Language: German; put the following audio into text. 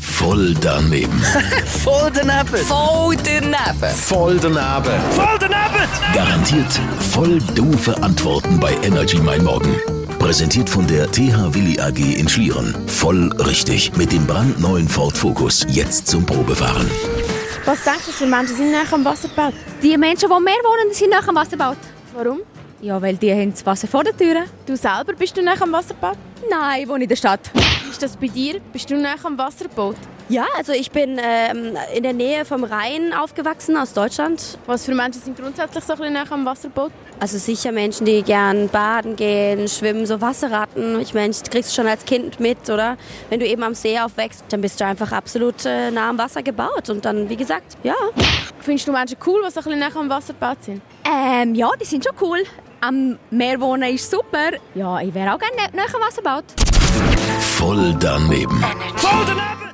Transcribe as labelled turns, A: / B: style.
A: Voll daneben.
B: Voll daneben.
C: Voll daneben.
A: Voll daneben.
B: Voll daneben!
A: Garantiert voll doofe Antworten bei Energy Mein Morgen. Präsentiert von der TH Willi AG in Schlieren. Voll richtig. Mit dem brandneuen Ford Focus. Jetzt zum Probefahren.
D: Was denkst du, die Menschen sind nachher am Wasserbad?
E: Die Menschen, die mehr wohnen, sind nach dem Wasserbad.
D: Warum?
E: Ja, weil die haben das Wasser vor der Tür.
D: Du selber bist du nachher am Wasserbad?
E: Nein, ich wohne in der Stadt.
D: Ist das bei dir? Bist du nachher am Wasserboot?
F: Ja, also ich bin ähm, in der Nähe vom Rhein aufgewachsen aus Deutschland.
D: Was für Menschen sind grundsätzlich so ein bisschen nachher am Wasserboot?
F: Also sicher Menschen, die gern baden gehen, schwimmen, so Wasserratten. Ich meine, das kriegst du schon als Kind mit, oder? Wenn du eben am See aufwächst, dann bist du einfach absolut äh, nah am Wasser gebaut. Und dann, wie gesagt, ja.
D: Findest du Menschen cool, die so ein bisschen nachher am Wasserbad sind?
E: Ähm, ja, die sind schon cool. Am Meer wohnen ist super. Ja, ich wäre auch gerne nach dem Wasserbad.
A: Voll daneben.
B: Voll daneben!